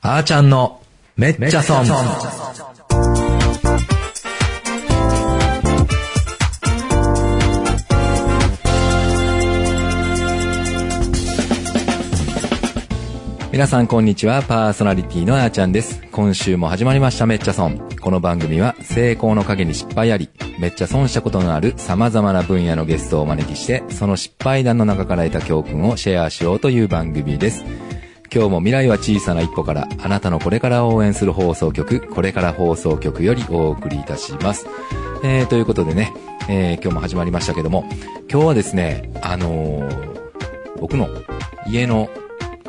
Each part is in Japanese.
ばあちゃんのめっちゃ損。皆さんこんにちは、パーソナリティのあーちゃんです。今週も始まりましためっちゃ損。この番組は成功の陰に失敗あり、めっちゃ損したことのある様々な分野のゲストをお招きして、その失敗談の中から得た教訓をシェアしようという番組です。今日も未来は小さな一歩から、あなたのこれからを応援する放送局、これから放送局よりお送りいたします。えー、ということでね、えー、今日も始まりましたけども、今日はですね、あのー僕の家の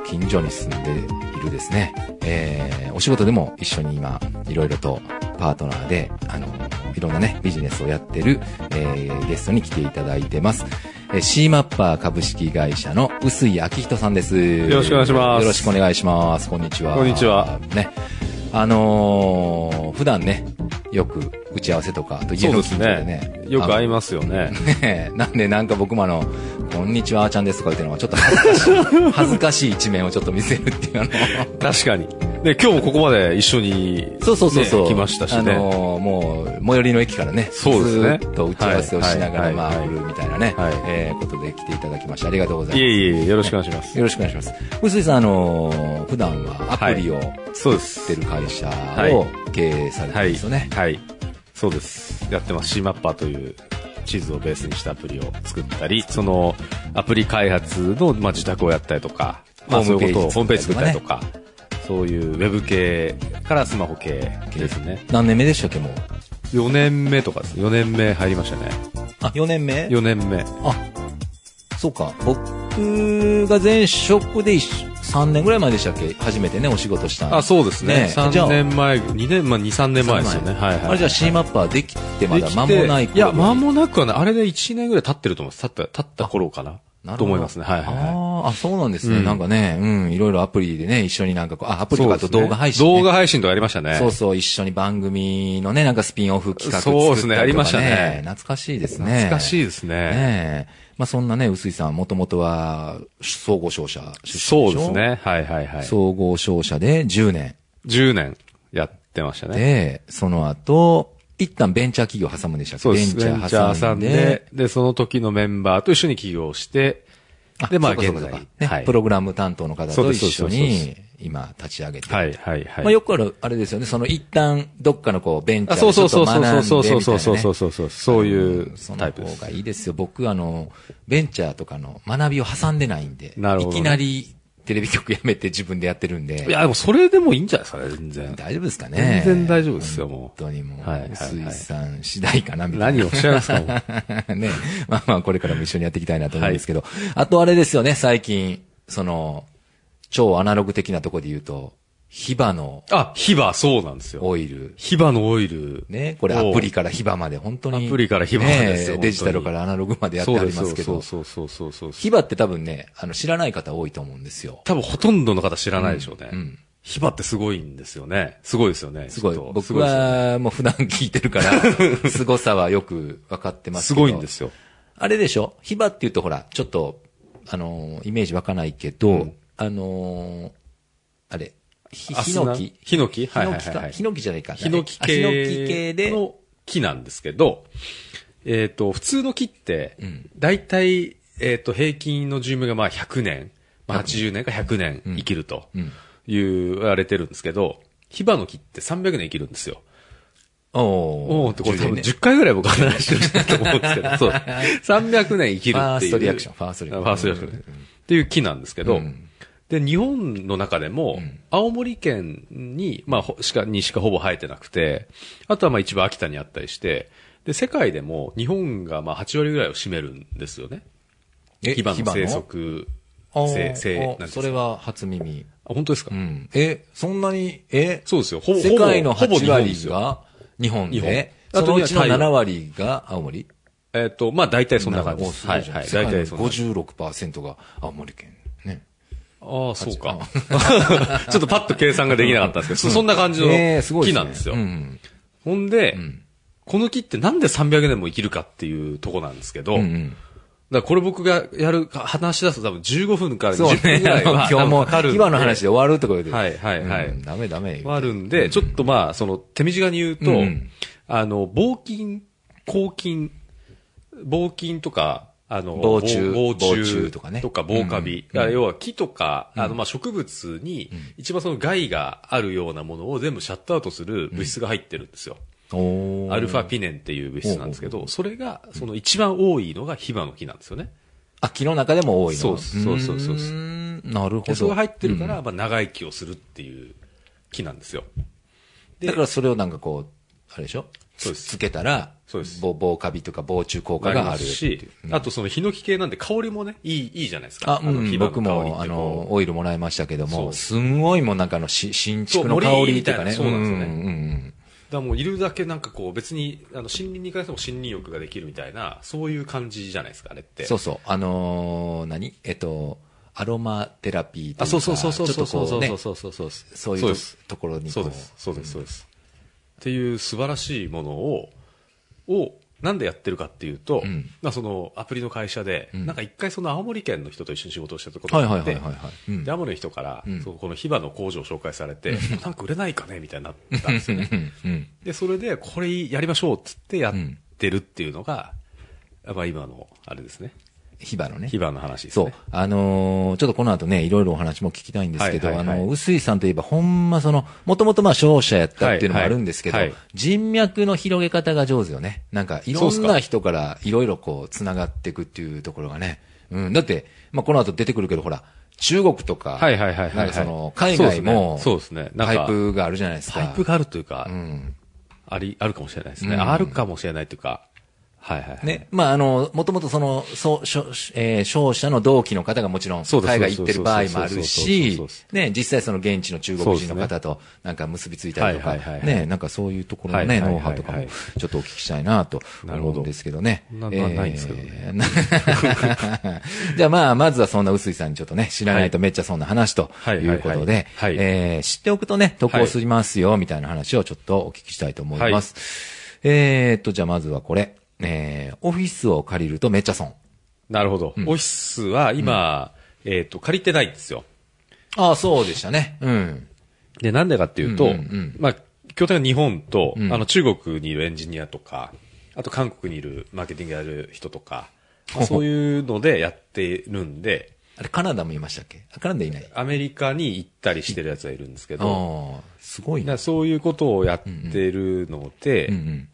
近所に住んでいるですね、えー、お仕事でも一緒に今、いろいろとパートナーで、あの、いろんなね、ビジネスをやってる、えー、ゲストに来ていただいてます。えー、シーマッパー株式会社の臼井明人さんです。よろしくお願いしますよろしくお願いします。こんにちは。こんにちは。ね。あのー普段ね、よく打ち合わせとか、あと家そうので近す所でねね。。よくあ会いますよね。 ねえなんでなんか僕もあの、こんにちはあーちゃんですとか言ってるのはちょっと恥ずかしい、 恥ずかしい一面をちょっと見せるっていうあの。確かに。で、今日もここまで一緒に、そうそうそうそう。ね来ましたしあね。のーもう、最寄りの駅からね、そうですねずーっと打ち合わせをしながはらいはい回るみたいなね、はいえーことで来ていただきましてありがとうございいま。えいえ、よろしくお願いしますす。よろしくお願いします。臼井さん、あのー普段はアプリをそう作っです。てる会社いを経営されてるはんい。ですよね。はい。そうです。やってます。シーマッパーという地図をベースにしたアプリを作ったり、そのアプリ開発の、まあ、自宅をやったりとか、まあ、ホそームうペいーうジことを、ホームページ作作っったりたりととかか、そういうウェブ系からスマホ系ですね。何年目でしたっけ、もう。 4年目とかです。4年目入りましたね。あ、4年目4年目。あ、そうか。僕が前職で3年ぐらい前でしたっけ初めてね、お仕事したのあ、そうですね。ねじゃあ3年前、2年、まあ、2、3年前ですよね。はいはい。あれじゃあ C マッパーできてまだ間もない頃いや、間もなくはね、あれで1年ぐらい経ってると思います。経った、経った頃かな。なるほどと思いますね。はいはいあはーあ、そうなんですね、うんなんかね、うん、いろいろアプリでね、一緒になんかこう、あ、アプい。リとかあと動画配信、ね動画配信とかやりましたね。そうそう、一緒に番組のね、なんかスピンオフ企画作ったりとそか、うね。ですねありましたね懐かしいですね。懐かい。しいですね。ねえ。まあそんなね、臼井さん、もともとは、総合商社出身でしょそうです。ね。はいはいはい。総合商社で10年。 10年やってましたね。で、その後、一旦ベンチャー企業挟むんでしたっけそうベでンす。チベャンチャーーさ挟んんでで、、で、その時のメンバーと一緒に起業して、で、まあ、そう現かそうか在そうか。ねはいプログラム担当の方そうとです一緒そうですそうに、今、立ち上げて。はいはいはい。まあ、よくある、あれですよね、その一旦、どっかのこう、ベンチャあーでそちょうそうっとそう学そんでみたいな、うね。そうそうそうそうそうそうそう。そういうそタのイプで方す。がいいですよ。僕、あの、ベンチャーとかの学びを挟んでないんで、なるほどねいきなりテレビ局やめて 自分でやってるんで、いや、でもそれでもいいんじゃないですかね、全然。大丈夫ですかね全然大丈夫ですよもう本当にもはいはいはう、い薄井さん次第かな、みたいな。何をおっしゃいますか、も うね。まあまあ、これからも一緒にやっていきたいなと思うんですけど。あとあれですよね、最近、その、超アナログ的なところで言うと、ヒバの あ、ヒバ、そうなんですよ。オイル。ヒバのオイル。ね、これアプリからヒバまで、本当に。アプリからヒバまでねですよ本当にデジタルからアナログまでやってそうあでりすますけそうど。そうそうそうそうそう。ヒバって多分ね、あの、知らない方多いと思うんですよ。多分ほとんどの方知らないでしょうね。うんうんヒバってすごいんですよね。すごいですよね。すごい。きっと僕、はもう普段聞いてる から、凄さはよく分かってますすけど。ごいんですよ。あれでしょヒバって言うとほら、ちょっと、あのーイメージ湧かないけど、うんあのーあれ、ひ、あヒノキ。ヒノヒキはいノはいキはいかはいヒノキじゃないか。ヒノキあ系ヒノキ系で、の木なんですけど、えっ、と、普通の木ってん、大体、えっ、と、平均の寿命がまあ100年、まあ、80年か100年生きるとうん言われてるんですけど、ヒバの木って300年生きるんですよ。おおーおってこれ10多分ね10回ぐらい僕は話をしたと思うんですけど、そう。300年生きるっていう。ファーストリアクションファーストリアクションファーストリアクションっていう木なんですけど、うんで、日本の中でも、青森県に、まあ、ほしか、にしかほぼ生えてなくて、あとはまあ一部秋田にあったりして、で、世界でも日本がまあ8割ぐらいを占めるんですよね。え基盤の生息、生、ヒバ生の、なあんーですそかれは初耳。あ本当ですか、うん。え、そんなに、え、そうですよ。ほぼ、世界のほぼほぼ8日本です割よ。が日本日本で、あそとのうちの台湾7割が青森えっ、と、まあ大体そんな感じです。ははいいは。はいい。世界大の体そんな感じ。 56%が青森県。ね。ああ、そうか。 ちょっとパッと計算ができなかったんですけど、そそんな感じのえーすごい木ねなんですよ。うん。ほんで、この木ってなんで300年も生きるかっていうとこなんですけど、うんうんだからこれ僕がやる、話し出すと多分15分からそう20分ねぐら い。は今日もかかるん、で今の話で終わるってことで。はいはいはいうんダメダメ。あるんで、ちょっとまあ、その、手短に言うと、うんあの、棒筋、抗筋、棒筋とか、あの、防虫防防虫虫ととかかね。ねとか、防カビ。だから要は木とか、あの、まあ、植物に、一番その害があるようなものを全部シャットアウトする物質が入ってるんですよ。おーアルファピネンっていう物質なんですけど、それが、その一番多いのがヒバの木なんですよね。あ、木の中でも多いのそうそうそうそうーんなるほでど。それが入ってるから、まあ、長生きをするっていう木なんですよ。でだからそれをなんかこう、あれでしょそうですつけたら、そうです防防カビとか防虫効果があありるまっすていう。し、あとそのヒノキ系なんで香りもね、いい、いいじゃないですか。あ、うのヒん、バの僕香りっも、てあこの、オイルもらいましたけどそも、うすんごいもうなんかあの、し新築の香りっていうかね。そう森みたいなそうなんですよねんうんうんうだからもういるだけなんかこう別に、あの、森林に行かなくても森林浴ができるみたいな、そういう感じじゃないですか、あれって。そうそう。あのー何えっと、アロマテラピーというかあ、そうそうそうそうそうそうちょっそとこうねそうそうそうそうそうそういでうすところにこそうです、そうです、そうです。っていう素晴らしいものを、を、なんでやってるかっていうと、うんまあそのアプリの会社で、んなんか一回その青森県の人と一緒に仕事をしてたことはいがはあいっはいてはい、はい。うんで、青森の人から、んそうこのヒバの工場を紹介されて、なんか売れないかねみたいになったんですよね。うんうんで、それで、これやりましょうっつってやってるっていうのが、やっぱ今の、あれですね。ヒバのねヒ。バの話ですそね。う。あのーちょっとこの後ね、いろいろお話も聞きたいんですけど、はいはいはいあの、臼井さんといえば、ほんまその、もともとまあ、商社やったっていうのもはいはいあるんですけど、はい人脈の広げ方が上手よね。なんか、いそうろっすんかな人からいろいろこう、つながっていくっていうところがね。うん。だって、まあ、この後出てくるけど、ほら、中国とか、はいはいはいはいはいなんかその、海外も、そうですねそうですねなんパかイプがあるじゃないですか。パイプがあるというか、うん。あり、あるかもしれないですね。うんあるかもしれないというか、はいはいはい。ね。まあ、あの、もともとその、そう、しょえー商社の同期の方がもちろん、そうです海外行ってる場合もあるしそうですそうですそうです、ね、実際その現地の中国人の方となんか結びついたりとか、はいはいはいはいね、なんかそういうところのはね、いはいはノいウハウとかも、ちょっとお聞きしたいなとなるほ思うどんですけどね。ななないんですけどねな じゃあまあ、まずはそんな臼井さんにちょっとね、知らないとめっちゃそんな話とはいいうことで、はいはいはいはいえー知っておくとね、得をすりますよ、みたいな話をちょっとお聞きしたいと思います。はいえーっと、じゃあまずはこれ。えー、オフィスを借りるとめっちゃ損。なるほど。オフィスは今、えっと、借りてないんですよ。ああ、そうでしたね。うん。で、なんでかっていうと、うんうんうんまあ、拠点は日本と、うんあの、中国にいるエンジニアとか、あと韓国にいるマーケティングやる人とか、まあそういうのでやってるんで、あれ、カナダもいましたっけあカナダいない。アメリカに行ったりしてるやつがいるんですけあど、あ、すごいだかな。らそういうことをやってるので、うんうん。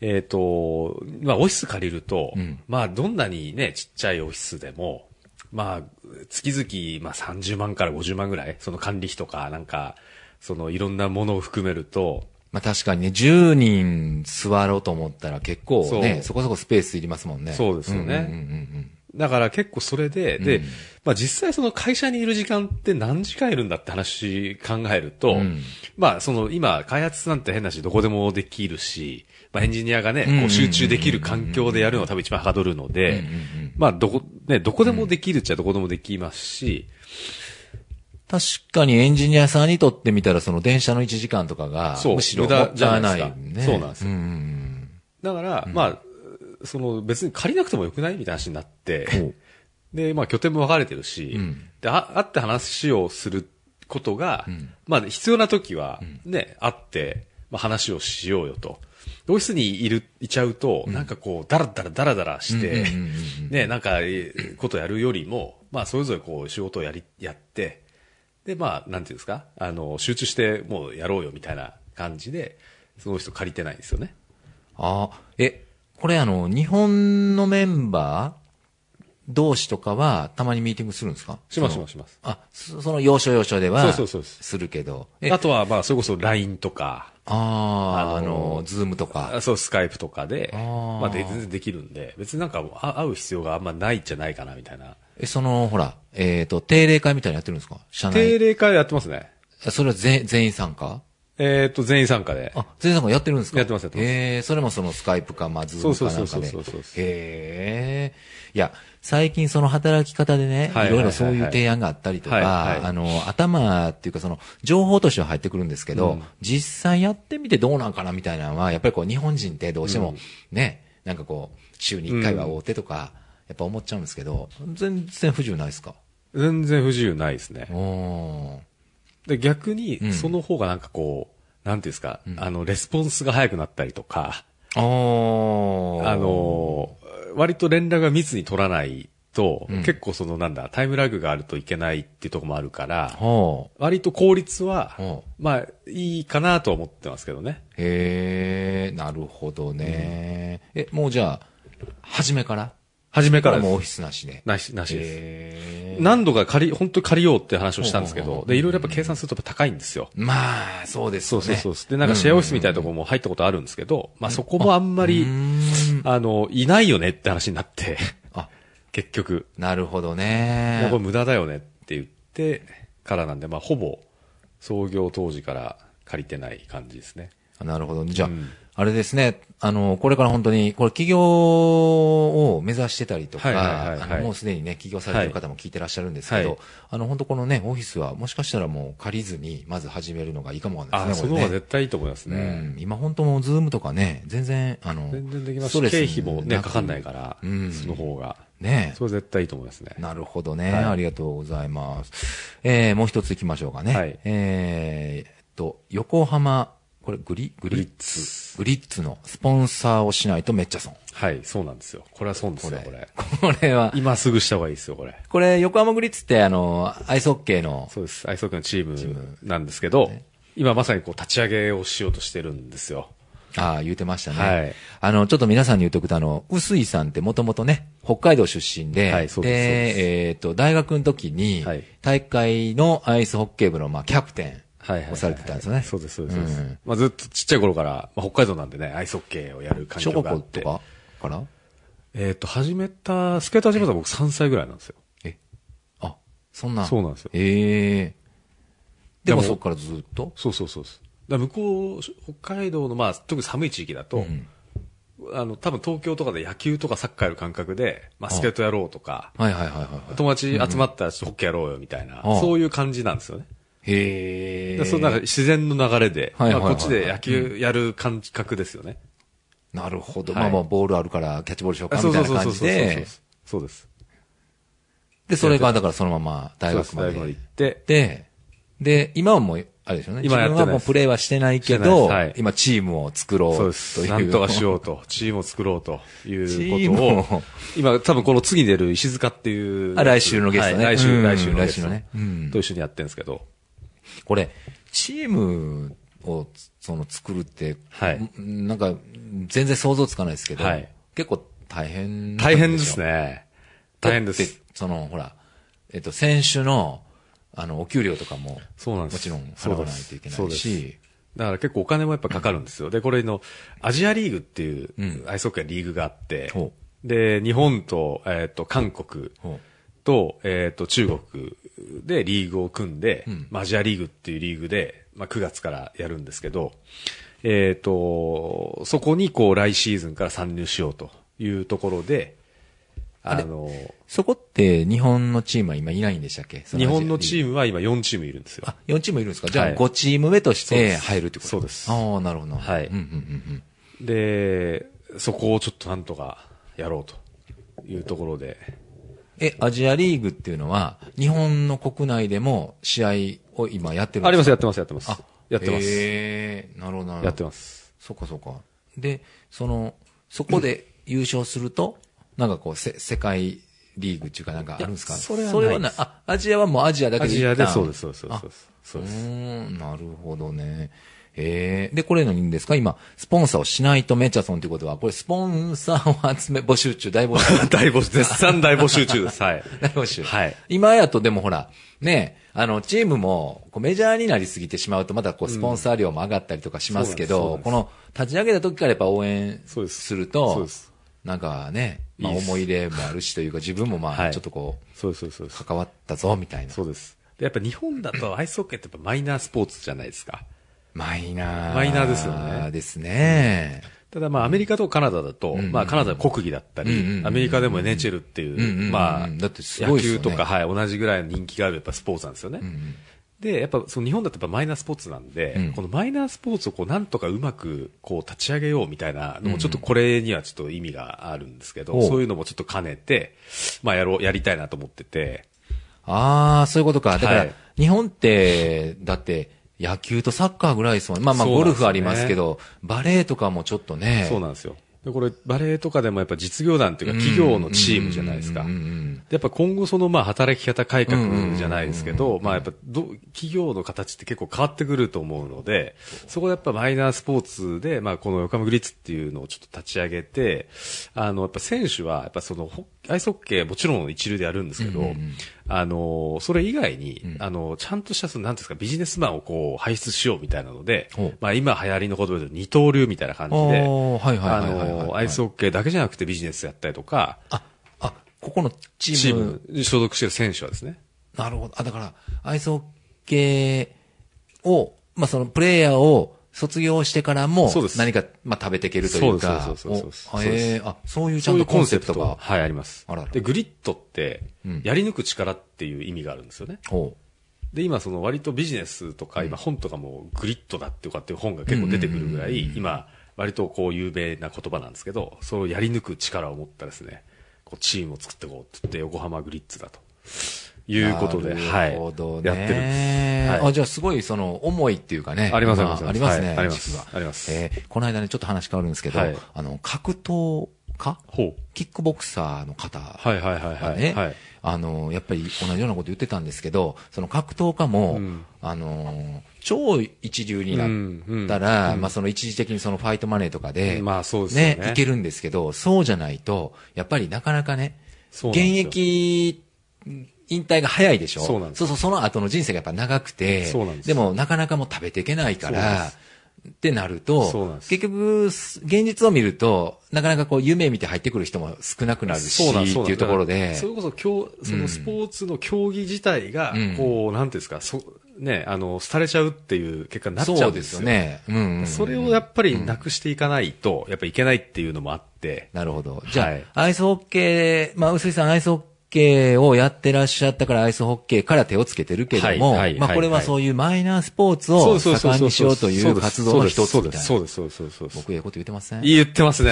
えっ、と、まあ、オフィス借りると、うんまあ、どんなにね、ちっちゃいオフィスでも、まあ、月々、まあ、30万から50万ぐらい、その管理費とか、なんか、その、いろんなものを含めると、まあ確かにね、10人座ろうと思ったら結構ね、そうそこそこスペースいりますもんね。そうですよねうんうんうんうんだから結構それで、で、まあ実際その会社にいる時間って何時間いるんだって話考えると、うんまあその今開発なんて変なしどこでもできるし、まあエンジニアがねんうん、こう集中できる環境でやるのが多分一番はかどるので、まあどこ、ね、どこでもできるっちゃどこでもできますし、確かにエンジニアさんにとってみたら、その電車の1時間とかが、そうむしろ無駄じゃもなっいたですいかね。そうなんですようんうんだから、まあ、その別に借りなくてもよくないみたいな話になって、で、まあ拠点も分かれてるし、んで、あ会って話をすることが、まあ必要な時はね、会って、まあ話をしようよと。でオフィスにいる、いちゃうと、なんかこう、だらだらだらだらして、ね、なんか、えーことやるよりも、まあそれぞれこう仕事をやり、やって、で、まあ、なんていうんですか、あの、集中してもうやろうよみたいな感じで、その人借りてないんですよね。ああ、え、これあの、日本のメンバー同士とかは、たまにミーティングするんですかしますしますします。あ、そその要所要所では、そうそうそうでするけど。え、あとは、まあ、それこそ LINE とか、あー、ああのの、ズームとか。あそう、スカイプとかで、あーまあ、で全然できるんで、別になんかあ会う必要があんまないんじゃないかな、みたいな。え、その、ほら、えっ、と、定例会みたいなのやってるんですか社定内。例会やってますね。それは全全員参加えっ、と、全員参加で。あ、全員参加やってるんですかやってますやってますえーそれもそのスカイプか、まあ、ズームかなんそかうそうでそうそうそう。へえ。いや、最近その働き方でね、はいはいはいいろいろそういう提案があったりとはいはいか、あの、頭っていうかその、情報としては入ってくるんですけど、実際やってみてどうなんかなみたいなのは、やっぱりこう、日本人ってどうしても、ね、なんかこう、週に1回は大手とか、やっぱ思っちゃうんですけど、全然不自由ないですか全然不自由ないですね。おーで逆うに、んその方がなんかこう、なんていうんですか、あの、レスポンスが早くなったりとか、おーあ、の、割と連絡が密に取らないと、結構そのなんだ、タイムラグがあるといけないっていうところもあるから、ほう。割と効率はほ、まあ、いいかなとは思ってますけどね。へえ、なるほどね。え、もうじゃあ、初めから初めからでもうオす。フィスなしで。なし、なしです。へー何度か借り、本当に借りようって話をしたんですけほうほうどほ、うで、いろいろやっぱ計算するとやっぱ高いんですよ。まあ、そうですそようね。そうそう。で、なんかシェアオフィスみたいなところも入ったことあるんですけど、まあそこもあんまり、あの、いないよねって話になって、 あ、結局、なるほどいやねこ。れ無駄だよねって言ってからなんで、まあほぼ創業当時から借りてない感じですね。あなるほど、ね。じゃあ、うんあれですね、あの、これから本当に、これ企業を目指してたりとはいはいはいか、はあいのもうすでにね、起業されてる方も聞いてらっしゃるんですけど、はいあの、本当このね、オフィスはもしかしたらもう借りずに、まず始めるのがいいかもわかんあないあ、ですそね、のこ方れがね絶対いいと思いますね。うん、今本当もうズームとかね、全然、あの、全然できますストレし、ス経費もね、かかんないくから、うんその方が。ねそれ絶対いいと思いますね。なるほどね、はいありがとうございます。えー、もう一つ行きましょうかね。はいえーえっと、横浜、これグリ、ググリリッツ。グリッツのスポンサーをしないとめっちゃ損。はい、そうなんですよ。これは損ですよ、これ。これは、今すぐした方がいいですよ、これ。これ横浜グリッツってあの、アイスホッケーの、そうです。アイソックのチームなんですけど、今まさにこう立ち上げをしようとしてるんですよ。ああ、言うてましたね。はいあの、ちょっと皆さんに言っとくと、あの、臼井さんってもともとね、北海道出身で、はいそうですそうですえっ、と、大学の時にはい、大会のアイスホッケー部の、まあ、キャプテンをされてたんですよね。そうです、そうです。そううでんすまあ、ずっとちっちゃい頃から、まあ、北海道なんでね、アイスホッケーをやる環小境学があ校っとて。かからえっ、と、始めた、スケート始めたの僕3歳ぐらいなんですよ。え、あ、そんな。そうなんですよええでもでもそっからずっとそうそうそうです。だから向こう、北海道の、まあ、特に寒い地域だと、あの、多分東京とかで野球とかサッカーやる感覚で、まあ、スケートやろうとか、はいはいはいはいはい。友達集まったらちょっとホッケーやろうよみたいな、ああそういう感じなんですよね。へえ。でそのなんか自然の流れで、はいまはいあはいこっちで野球やる感覚ですよね。なるほど。はいまあまあ、ボールあるからキャッチボールしようあかそみうたそいうなそうそう感そうじそうで、そうです。で、それがだからそのまま大大学学ままでで行って、で、で、今はもう、あれですよね。今やってない自分はもうプレーはしてないけど、してないですはい今チームを作ろうとそういう。です。なんとかしようと、チームを作ろうといチームうことをを、今多分この次に出る石塚っていう。あ来週のゲストねはい来う週、ん来週のゲ来週のストねうんと一緒にやってるんですけど。これ、チームをその作るって、はいんなんか全然想像つかないですけど、はい結構大変なんしょ。大変ですね。大変だでっすて。。その、ほら、えっと、選手の、あの、お給料とかも、そうなんです。もちろん払わないといけそなういですし、だから結構お金もやっぱかかるんですよ。で、これの、アジアリーグっていう、アイスホッケーリーグがあってほ、で、日本と、えっ、と、韓国ほうと、えっ、と、中国でリーグを組んで、まあアジアリーグっていうリーグで、まあ、9月からやるんですけど、えっ、と、そこにこう、来シーズンから参入しようというところで、あの、そこって日本のチームは今いないんでしたっけ日本のチム。ームは今4チームいるんですよ。あ、4チームいるんですかじゃはあい5チーム目としそうでてす入るってことそうですああ、なるほど。はいうんうんうんで、そこをちょっとなんとかやろうというところで、うん。え、アジアリーグっていうのは、日本の国内でも試合を今やってるんあでりますす、かやってます、やってます。やってます。へえ、なるほどなるほど。やってます。そっかそっか。で、その、そこで優勝すると、なんかこう、せ、世界リーグっていうかなんかあるんですかいやそれはないそれはな、あ、アジアはもうアジアだけアでジアで、一旦そうです、そうです、そうですそううです。ー ん、なるほどね。ええで、これのいいんですか今、スポンサーをしないとメチャソンってことは、これスポンサーを集め、募集中、大募集。大募集、絶賛大募集中です。はい。大募集。はい。今やとでもほら、ね、あの、チームも、こうメジャーになりすぎてしまうと、またこう、スポンサー料も上がったりとかしますけど、うんこそうの、立ち上げた時からやっぱ応援そうですするそうとです、なんかね、まあいいです思い入れもあるしというか、自分もまはあ、いちょっとこう、そうです、そうですそうです。関わったぞ、みたいな。そうです。でやっぱ日本だとアイスホッケーってやっぱマイナースポーツじゃないですか。マイナー。マイナーですよねですね。ただまあアメリカとカナダだと、まあカナダは国技だったうんうんうんうりん、アメリカでも NHL ってうんうんうんういんう、まあ、だってすごい野ですよ球ねとか、はい、同じぐらいの人気があるやっぱスポーツなんですよね。で、やっぱその日本だとやっぱマイナースポーツなんで、うんこのマイナースポーツをこうなんとかうまくこう立ち上げようみたいなのもちょっとこれにはちょっと意味があるんですけど、おうそういうのもちょっと兼ねて、まあやろう、やりたいなと思ってて、ああ、そういうことか。だから、はい日本って、だって、野球とサッカーぐらいですもんね。まあまあ、そうゴなんルですよねフありますけど、バレーとかもちょっとね。そうなんですよ。で、これバレーとかでもやっぱ実業団というか企業のチームじゃないですか。うんうんうんうんやっぱ今後そのまあ働き方改革じゃないですけど、まあやっぱど企業の形って結構変わってくると思うので、そこでやっぱマイナースポーツで、まあこの横浜グリッツっていうのをちょっと立ち上げて、あのやっぱ選手はやっぱそのホアイスホッケーもちろん一流でやるんですけど、あの、それ以外に、あの、ちゃんとしたそのなんていうんですかビジネスマンをこう輩出しようみたいなのでほう、まあ今流行りの言葉で二刀流みたいな感じで、おーはいはいあはいはいはいの、アイスホッケーだけじゃなくてビジネスやったりとか、あ、あ、ここのチチーーム。ムに所属してる選手はですね。なるほど。あ、だから、アイスホッケーを、まあそのプレイヤーを卒業してからもそうで、す何か、まあ食べていけるというか。そうですそうですそうですおそうですへーあ、そういうちゃんとコンセプトが。はい、ありますあらら。で、グリッドって、やり抜く力っていう意味があるんですよね。ほで、今その割とビジネスとか、今本とかもグリッドだっていうかっていう本が結構出てくるぐらい、今、割とこう有名な言葉なんですけど、それをやり抜く力を持ったですね、こうチームを作っていこうって言って、横浜グリッツだと。う。いうことで、なるほどね。はい。やってるんです。はいあ、じゃあすごいその、思いっていうかね。ありますまあありりまますすね。はいあります軸がありますえーこの間ね、ちょっと話変わるんですけど、はいあの、格闘家ほう。キックボクサーの方はいはいはいがはい。ね、はい。あの、やっぱり同じようなこと言ってたんですけど、その格闘家も、うんあの、超一流になったうんら、うんまあその一時的にそのファイトマネーとかで、まあそうですよねね。いけるんですけど、そうじゃないと、やっぱりなかなかね、そう現なんですよ役、引退が早いでしょそうなんですそうそう、その後の人生がやっぱ長くて、そうなんですもなかなかもう食べていけないかそうなんらで、ってなるそうなとんで、す結局、現実を見ると、なかなかこう夢見て入ってくる人も少なくなるし、そうなんってそうなんいうところで。それこそ競、そうんのスポーツの競技自体がうん、こう、なんていうんですか、そ、ね、あの、廃れちゃうっていう結果になっちゃうんですよ。そうですよね。うんうんうん、それをやっぱりなくしていかないと、やっぱいけないっていうのもあって、なるほど。じゃあ、はいアイスホッケー、まあ、薄井さんアイスホッケーをやってらっしゃったからアイスホッケーから手をつけてるけども、はいはいまあ、はいこれはそういうマイナースポーツを盛んにしようという活動の一つそうみでたいす、な。そうです、そうです、そうです。そうです僕、ええこと言ってません言ってますね。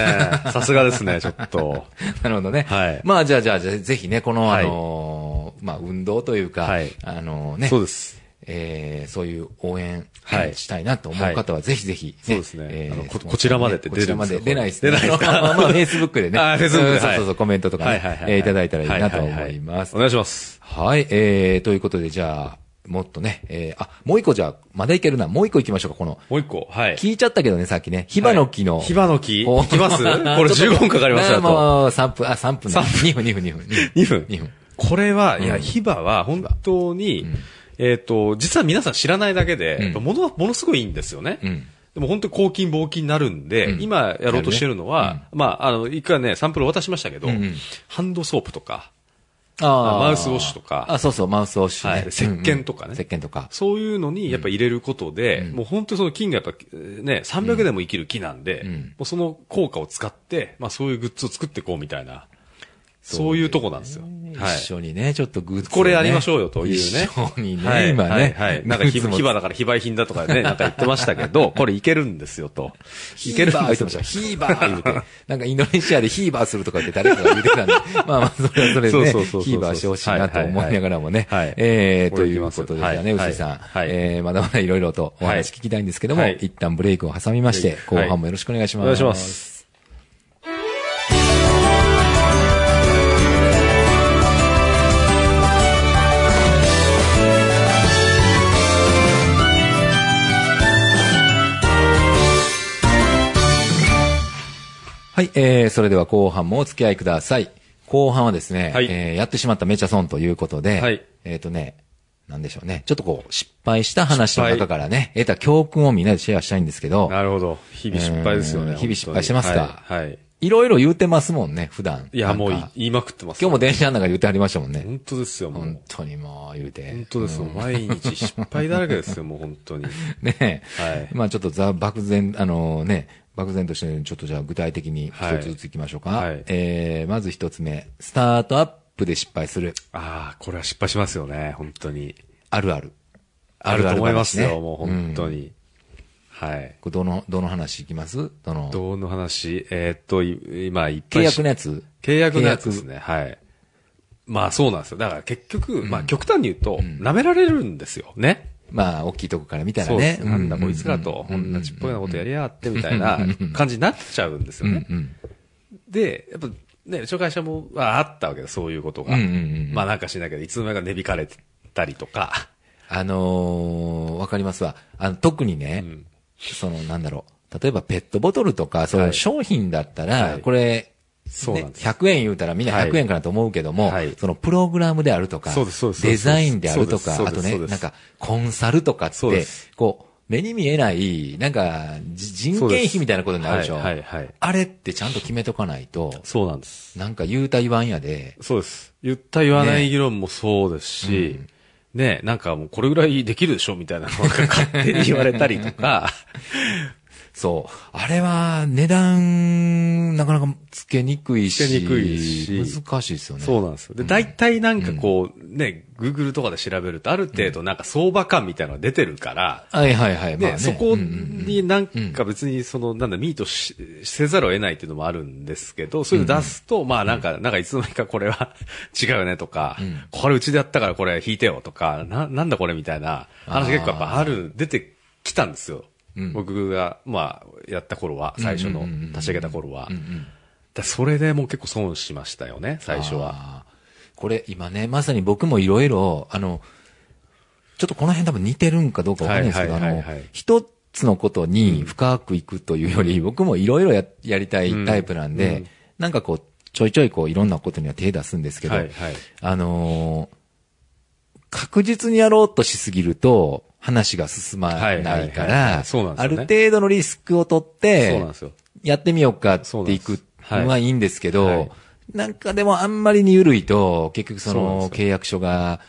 さすがですね、ちょっと。 なるほどね。はいまあ、じゃあ、じゃあ、じゃあぜひね、この、はあいのーまあ、運動というか、はいあのね、そうです。えーそういう応援はいしたいなと思う方は、ぜひぜひ、そうですねえーあのスポこンサーにねこちらまでってこ出ちるらんまですで出よないですね。出ないですか まあまあ、Facebook でね。 あー Facebook でうんそうはいそうそう、コメントとかはいねはいは、いはいえーいただいたらいいなとはは思はいますお。願いします。はい、えー、ということで、じゃあ、もっとね、えー、あ、もう一個じゃあ、まだいけるな、もう一個行きましょうか、この。もう一個、はい。聞いちゃったけどね、さっきね、ヒバの木の。ヒバの木おいきますこ れちょっと15分かかりますよまあまあまあ、3分、あ、3分ね。2分、2分、2分。 2分。 2分。これは、いや、うんヒバは本当に、えっ、と、実は皆さん知らないだけで、んやっぱものはものすごいいいんですよね。うんでも本当に抗菌、防菌になるんで、うん今やろうとしてるのは、まあ、あの、いくらね、サンプル渡しましたけど、うんうんハンドソープとか、あーマウスウォッシュとかあ、そうそう、マウスウォッシュはねい。石鹸とかうんねうん石鹸とか。そういうのにやっぱ入れることで、もう本当にその菌がやっぱえーね、300年も生きる木なんで、んもうその効果を使って、まあそういうグッズを作っていこうみたいな、そういうとこなんですよ。は一い。緒にね、ちょっとグッズをね。これやりましょうよというね。一緒にはね、い今ね。 はいはい。なんかグひ、ッズもひばだから非売品だとか ね、なんか言ってましたけど、これいけるんですよと。いけるんヒーバー言でっすてよました。ヒーバ ー言うて。なんかインドネシアでヒーバーするとかって誰かが言ってたん で。まあまあ、それはそれでね、そうそうそうそうそうヒーバーしてほしいなと思いながらもね。はいはいえー、ことれいいきうまこすとでしたね、は牛い井さん。はいえー、まだまだいろいろとお話聞きたいんですけども、はい一旦ブレイクを挟みまして、後はい半もよろしくお願いします。お願いしま。す。はい、えー、それでは後半もお付き合いください。後半はですね、はいえーやってしまっためちゃ損ということで、はいえっ、とね、なんでしょうね。ちょっとこう、失敗した話の中からね、得た教訓をみんなでシェアしたいんですけど、なるほど。日々失敗ですようね。ん日々失敗してますかはい。はいいろいろ言うてますもんね、普段。いや、もういなんか言いまくってます。今日も電車の中で言ってありましたもんね。本当ですよ、もう。本当にもう言うて。本当ですよ。毎日失敗だらけ ですよ、もう本当に。ねはいまあちょっとざ、漠然、あのね、漠然として、ちょっとじゃあ具体的にはい一つずついきましょうか。はいえー、まず一つ目。スタートアップで失敗する。ああ、これは失敗しますよね、本当に。あるある。あると思いますあるあよ、る話ねもう本当に。はい。これどの、どの話いきますどの、どの話えーっと、い今、いっぱ契い約しのやつ契約のやつですね。はい。まあそうなんですよ。だから結局、まあ極端に言うと、舐められるんですよ。ね。まあ、大きいとこから見たらそうでね。す。なんだううこいつらと、こんなちっぽいなことやりやがって、みたいな感じになっちゃうんですよね。うんで、やっぱ、ね、うちの会社も、まあ、あったわけで、そういうことが。うんうんうんまあなんかしないけど、いつの間にか値引かれてたりと か。あのーわかりますわ。あの、特にね、その、なんだろう。例えばペットボトルとか、そういはうい商品だったら、はいこれ、そうなんですね100円言うたらみんなはい100円かなと思うけども、はいそのプログラムであるとか、そうですそうですデザインであるとか、そうあですとそうでね、すそうですなんかコンサルとかっそうてで、すこう、目に見えない、なんか、じ人件費みたいなことになるでしょ。はいはいはいあれってちゃんと決めとかないと、そうなんです。なんか言うた言わんやで、そうです。言った言わなねい議論もそうですし、ね、なんかもうこれぐらいできるでしょみたいなの が勝手に言われたりとか、そう。あれは、値段、なかなかつけにくいし。つけにくいし難しいですよね。そうなんですよ。で、大体なんかこう、ね、Google とかで調べるとある程度なんか相場感みたいなのが出てるから、はいはいはい。まあね、ね、そこうんになんか別にその、なんだ、ミートしせざるを得ないっていうのもあるんですけど、そういうの出すと、まあなんか、なんかいつの間にかこれは 違うよねとか、これうちでやったからこれ引いてよとか、な、なんだこれみたいな話結構やっぱある、出てきたんですよ。僕が、まあ、やった頃は、最初の、立ち上げた頃は。だそれでもう結構損しましたよね、最初は。あーこれ今ね、まさに僕もいろいろ、あの、ちょっとこの辺多分似てるんかどうかわかんないですけど、あはいはいはのいはい、一つのことに深くいくというより、僕もいろいろややりたいタイプなんで、なんかこう、ちょいちょいこういろんなことには手出すんですけど、はいはいあのー確実にやろうとしすぎると、話が進まないかはいはいはいはら、いそうなんですあよねる程度のリスクを取って、そうなんですよ。やってみようかっていくそうなんですのははいいいんですけど、はいなんかでもあんまりに緩いと、結局そそうなんのですよ契約書が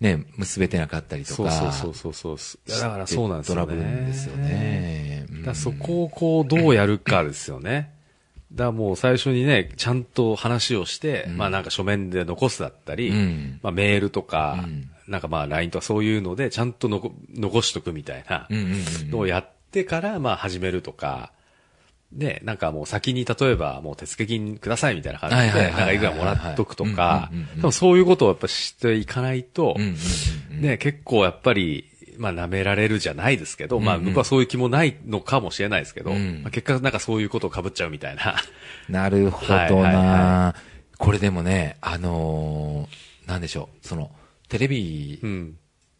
ね、結べてなかったりとそうか。そうそうそうそう。いやだからそうなんですよね。トラブルですよね。うんだからそこをこうどうやるかですよね。だからもう最初にね、ちゃんと話をして、まあなんか書面で残すだったり、うんまあメールとか、なんかまあ LINE とかそういうのでちゃんとのこ残しとくみたいなうんうんのをやってからまあ始めるとか、で、なんかもう先に例えばもう手付金くださいみたいな感じはいはいはいはいで、なんかいくらもらっとくとかうんうんうんう、ん多分そういうことをやっぱ知っていかないと、うんうんうんね、結構やっぱり、まあ舐められるじゃないですけど、まあ僕はそういう気もないのかもしれないですけど、んまあ結果なんかそういうことを被っちゃうみたいな。なるほどな、はいはいはこれでもね、あのーなんでしょう、その、テレビうん。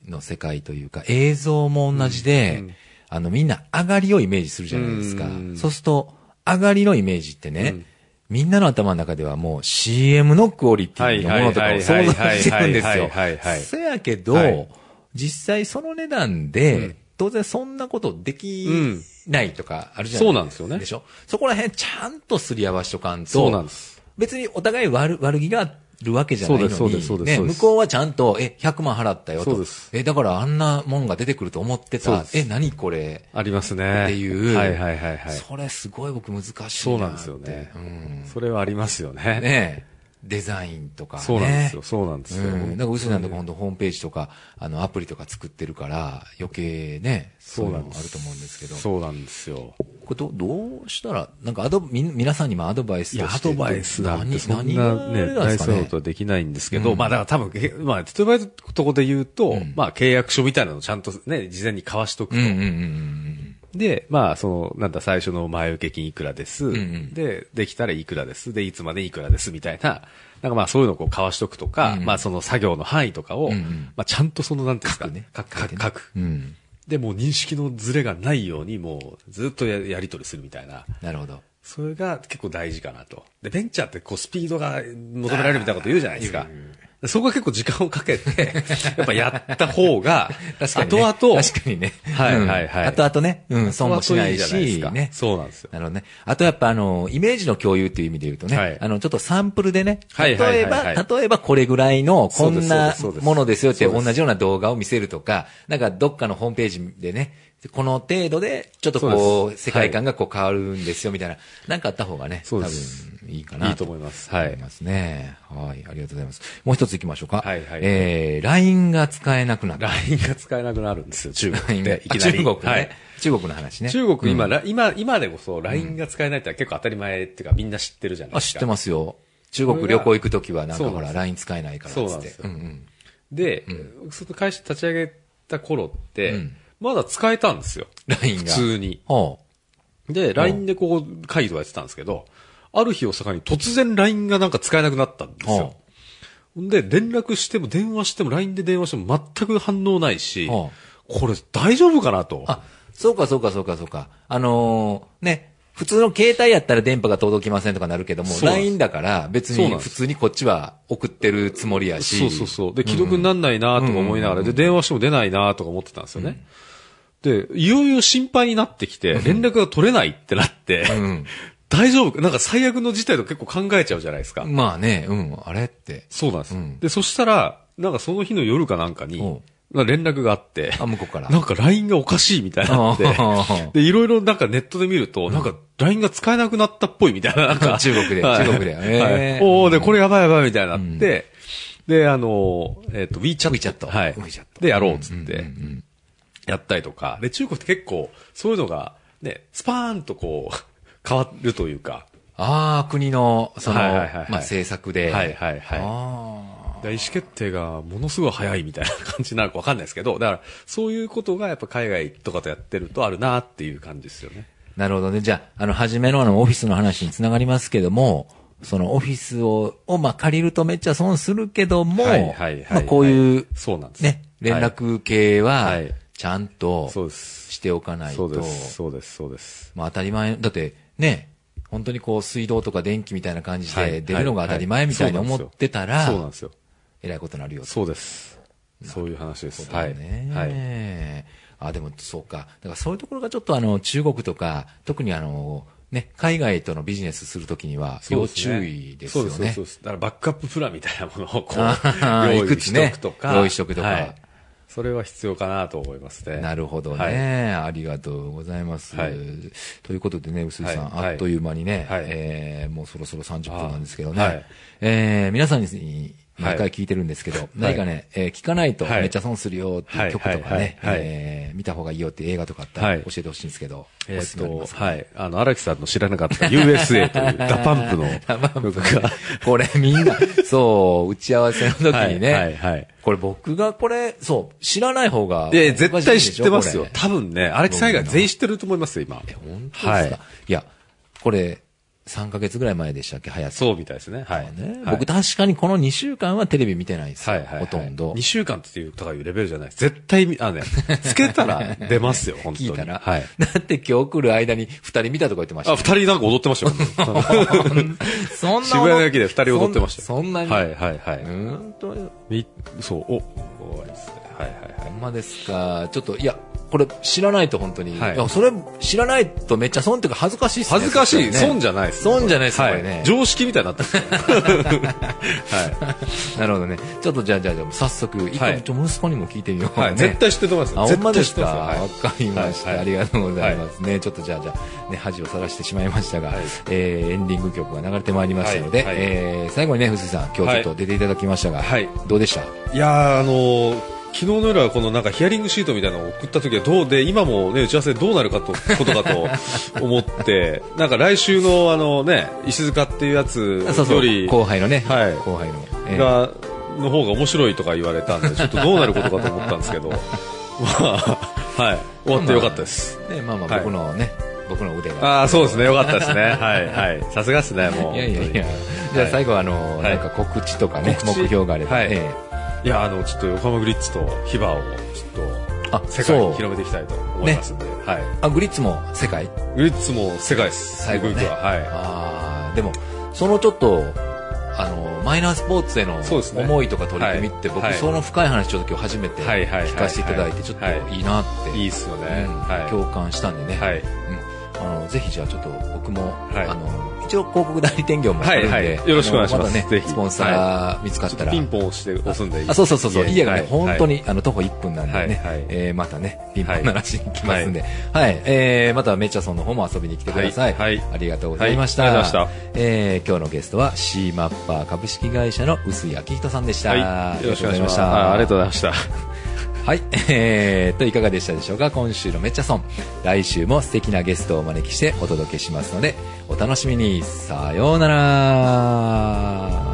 の世界というか、映像も同じで、あの、みんな上がりをイメージするじゃないですか。うんそうすると、上がりのイメージってね、みんなの頭の中ではもう CM のクオリティのものとかを想像してるんですはいよはいはいはいはいはいはい。そやけど、はい実際その値段で、うん当然そんなことできうんないとかあるじゃないですか。そうなんですよねでしょそこら辺ちゃんとすり合わしとかんと、そうなんです。別にお互い悪悪気があるわけじゃないのに、そうですそうですそうですね、そうで向すこうはちゃんと、え、100万払ったよそうとで。すえ、だからあんなもんが出てくると思ってそうたで。すえ、何これありますっね。ていうはいはいはいはい。それすごい僕難しいなって。そうなんですよねう。それはありますよんね。ねデザインとか、ね。そうなんですよ。そうなんですよ。うん、なんか、うすなんとか本当ホームページとか、あの、アプリとか作ってるから、余計ね、そういうのもあると思うんですけど。そうなんですよ。これど、どうしたら、なんかアド、み、皆さんにもアドバイスいとや、アして。ドバイスなんて、何、そん何ながあね、れなんで大すそかういうねこと。はできないんですけど、まあだから多分、えまあ、例えばのとこで言うと、まあ契約書みたいなのをちゃんとね、事前に交わしとくと。うんうんうんうん。で、まあ、その、なんだ、最初の前受け金いくらです、んで、できたらいくらです。で、いつまでいくらです。みたいな。なんかまあ、そういうのをこう、交わしとくとか、まあ、その作業の範囲とかを、まあ、ちゃんとその、なんていうんですか、ね、書く、書く、書く。うん。で、もう認識のズレがないように、もう、ずっとややり取りするみたいな。なるほど。、それが結構大事かなと。で、ベンチャーってこうスピードが求められるみたいなこと言うじゃないですか。でそこは結構時間をかけて、やっぱやった方が確かに、ね。後々、確かにね。はいはいはいうん後々ね。うん、損もしない後々いいし。じゃないねですか。そうなんですよ。なるほどね。あとやっぱあの、イメージの共有っていう意味で言うとね、はいあの、ちょっとサンプルでね、はいはい例えはいはいば、例えばこれぐらいの、こんなそうですそうですそうですものですよってそう同ですじような動画を見せるとか、なんかどっかのホームページでね、でこの程度で、ちょっとそうこでう、す世界観がこう変わるんですよ、みたいな。なんかあった方がね、多そう分ですいいかな。いいと思いますはい思いますね。はい、ありがとうございます。もう一つ行きましょうか。はいはいえー、LINE が使えなくなった。 LINE が使えなくなるんですよ、中国 LINE がで。いきなり。あ中国ね、はい。中国の話ね。中国今、うんら今、今でこそ LINE が使えないって結構当たり前っていうかみんな知ってるじゃないあ、です知か。ってますよ。中国旅行行くときはなんかそうほなんでら、す LINE 使えないから、そうつなっんてです。ようんうん。で、その会社立ち上げた頃って、うんまだ使えたんですよ。 LINE 普が。通に。はで、LINE でこう会議とかやってたんですけど、ある日を境に突然 LINE がなんか使えなくなったんですよ。で、連絡しても電話しても LINE で電話しても全く反応ないし、はこれ大丈夫かなと。あ、あ、そうかそうかそうかそうか。あのーね、普通の携帯やったら電波が届きませんとかなるけども、そうなんです LINE だから別そうになんです普通にこっちは送ってるつもりやし。そうそうそう。で、既読になんないなとか思いながら、で、電話しても出ないなとか思ってたんですよね。で、いよいよ心配になってきて、連絡が取れないってなって、ん大丈夫かなんか最悪の事態とか結構考えちゃうじゃないですか。まあね、うん、あれって。そうなんです、うんで、そしたら、なんかその日の夜かなんかにおう、なんか連絡があって、あ、向こうから。なんか LINE がおかしいみたいになって、あで、いろいろなんかネットで見ると、なんか LINE が使えなくなったっぽいみたいな、なんか。 中国で中国でへーはいおー、で、これやばいやばいみたいになって、で、あのー、えっと、WeChat。 WeChat はい WeChat。で、やろうっつって、やったりとか。で、中国って結構、そういうのが、ね、スパーンとこう、 変わるというか、 あー、国の、その、はいはいはいはいまあ政策で。はいはいはいあで意思決定がものすごい早いみたいな感じになるかわかんないですけど、だから、そういうことがやっぱ海外とかとやってるとあるなっていう感じですよね。ーなるほどね。じゃあ、あの、初めのあの、オフィスの話につながりますけども、そのオフィスを、を、まあ、借りるとめっちゃ損するけども、はいはいはいはいまあ、こういう、そうなんです。ね、連絡系ははい、ちゃんと、そうですしておかないそとう、です、そうです、そうです。まあ当たり前、だってね、本当にこう水道とか電気みたいな感じはでい出るのが当たり前みたいにはい思ってたらそう、なんですよ。えらいことになるよそうです。そういう話です。ははいい。はい。ね。あ、でもそうか。だからそういうところがちょっとあの、中国とか、特にあの、ね、海外とのビジネスするときには、要注意ですよそうですねそう。です。だからバックアッププランみたいなものをこ あーう、用いく意つしねとくとか。用意しとくとかはいそれは必要かなと思いますね。なるほどね、はいありがとうございます。はいということでね、薄井さん、はいはいあっという間にね、はいえーもうそろそろ30分なんですけどね、あはいえー皆さんに毎回聞いてるんですけど、何かね、えー聞かないとはいめっちゃ損するよっていう曲とはかいはいね、はいはいえー見た方がいいよっていう映画とかあったらはい教えてほしいんですけど、えおっすすめありとま、すはい。あの、荒木さんの知らなかった USA というダパンプの曲が。 これみんな、そう、打ち合わせの 時にね、はいはいはいこれ僕がこれ、そう、知らない方が、で、絶対知っおてますよかしいんでしょこれ。多分ね、荒木さん以外全員知ってると思いますよ、今。本当ですか、、はいや、これ、3ヶ月ぐらい前でしたっけ、早瀬そうみたいですね。はい。ね、はい僕確かにこの2週間はテレビ見てないんですよ。はいはい、はい。ほとんど2。週間っていうとかいうレベルじゃないです。絶対見、あのね、 つけたら出ますよ、本当聞に。いたら、はい。だって今日来る間に2人見たとか言ってまし たあ、二。人なんか踊ってましたよ。 そんな渋谷の駅で二人踊ってましたよそんなに。。はいはいはいうーんと、みそう、お、終わりですね。はいはいほはい。んまですか。ちょっと、いや、これ知らないと本当に。はいい、や、それ知らないとめっちゃ損っていうか恥ずかしいっすね。恥ずかしい。ね損じゃないですね。損じゃないですねはこれね常識みたいになっ てますよはなるほどね。ちょっとじゃあじゃあじゃあ早速、一は回、いちょ息子にも聞いてみよう、い。ね。はい。絶対知ってると思いまあ、す。ほんまで絶対知すってか。ますよ。わ、はいかりました、はいはいありがとうございますね。ちょっとじゃあ、じゃあ、ね、恥をさらしてしまいましたが、はいえーエンディング曲が流れてまいりましたので、はいはいえー最後にね、藤井さん、今日ちょっと出ていただきましたが、はいどうでしたいやーあのー昨日の夜はこのなんかヒアリングシートみたいなのを送った時はどうで今も、ね、打ち合わせでどうなるかとことかと 思ってなんか来週のあの、ね、石塚っていうやつそうそようり後輩のね、はい後輩の。えーがの方が面白いとか言われたんでちょっとどうなることかと思ったんで すけどまあ、はい、終わってよかったです。ね、まあまあ、はい僕のね、僕の腕が。ああーそうですねよかったですねはいはいさすがですねもういやいやいや本当に。じゃあ最後はあの、はいなんか告知とかね、告目知標があれば、はいえいやあのちょっと横浜グリッツとヒバをちょっーあ、と世界そにう広めていきたいと思いますんで、はい。あ、グリッツも世界グリッツも世界です。最後ね僕は。はああ、でも、そのちょっと、あの、マイナースポーツへのそうですね思いとか取り組みって、はい僕、はいその深い話ちょっと今日初めてはいはいはい聞かせていただいて、ちょっとはいいいなっい。て、いいっすよね。うんは共感したんでね、い。はい。うんあの、ぜひじゃあちょっと僕も、いあの、一応広告代理店業もやってるんで、はいはいよろしくお願いしますあのだぜね、ひスポンサー見つかったら。ピンポン押して押すんでいいあ、そうそうそうそう、家がね、はい本当に、はあの、徒歩1分なんでね、はいはいえー、またね、ピンポン鳴らしに来ますんで、はい、えー、またはメッチャソンの方も遊びに来てください。はいはいありがとうございました。はいありがとうございえー、今日のゲストは C マッパー株式会社の臼井明人さんでした。いよろしくお願いしますあありがとうございましたはい。えー、と、いかがでしたでしょうか今週のめっちゃ損。来週も素敵なゲストをお招きしてお届けしますので、お楽しみに。さようなら。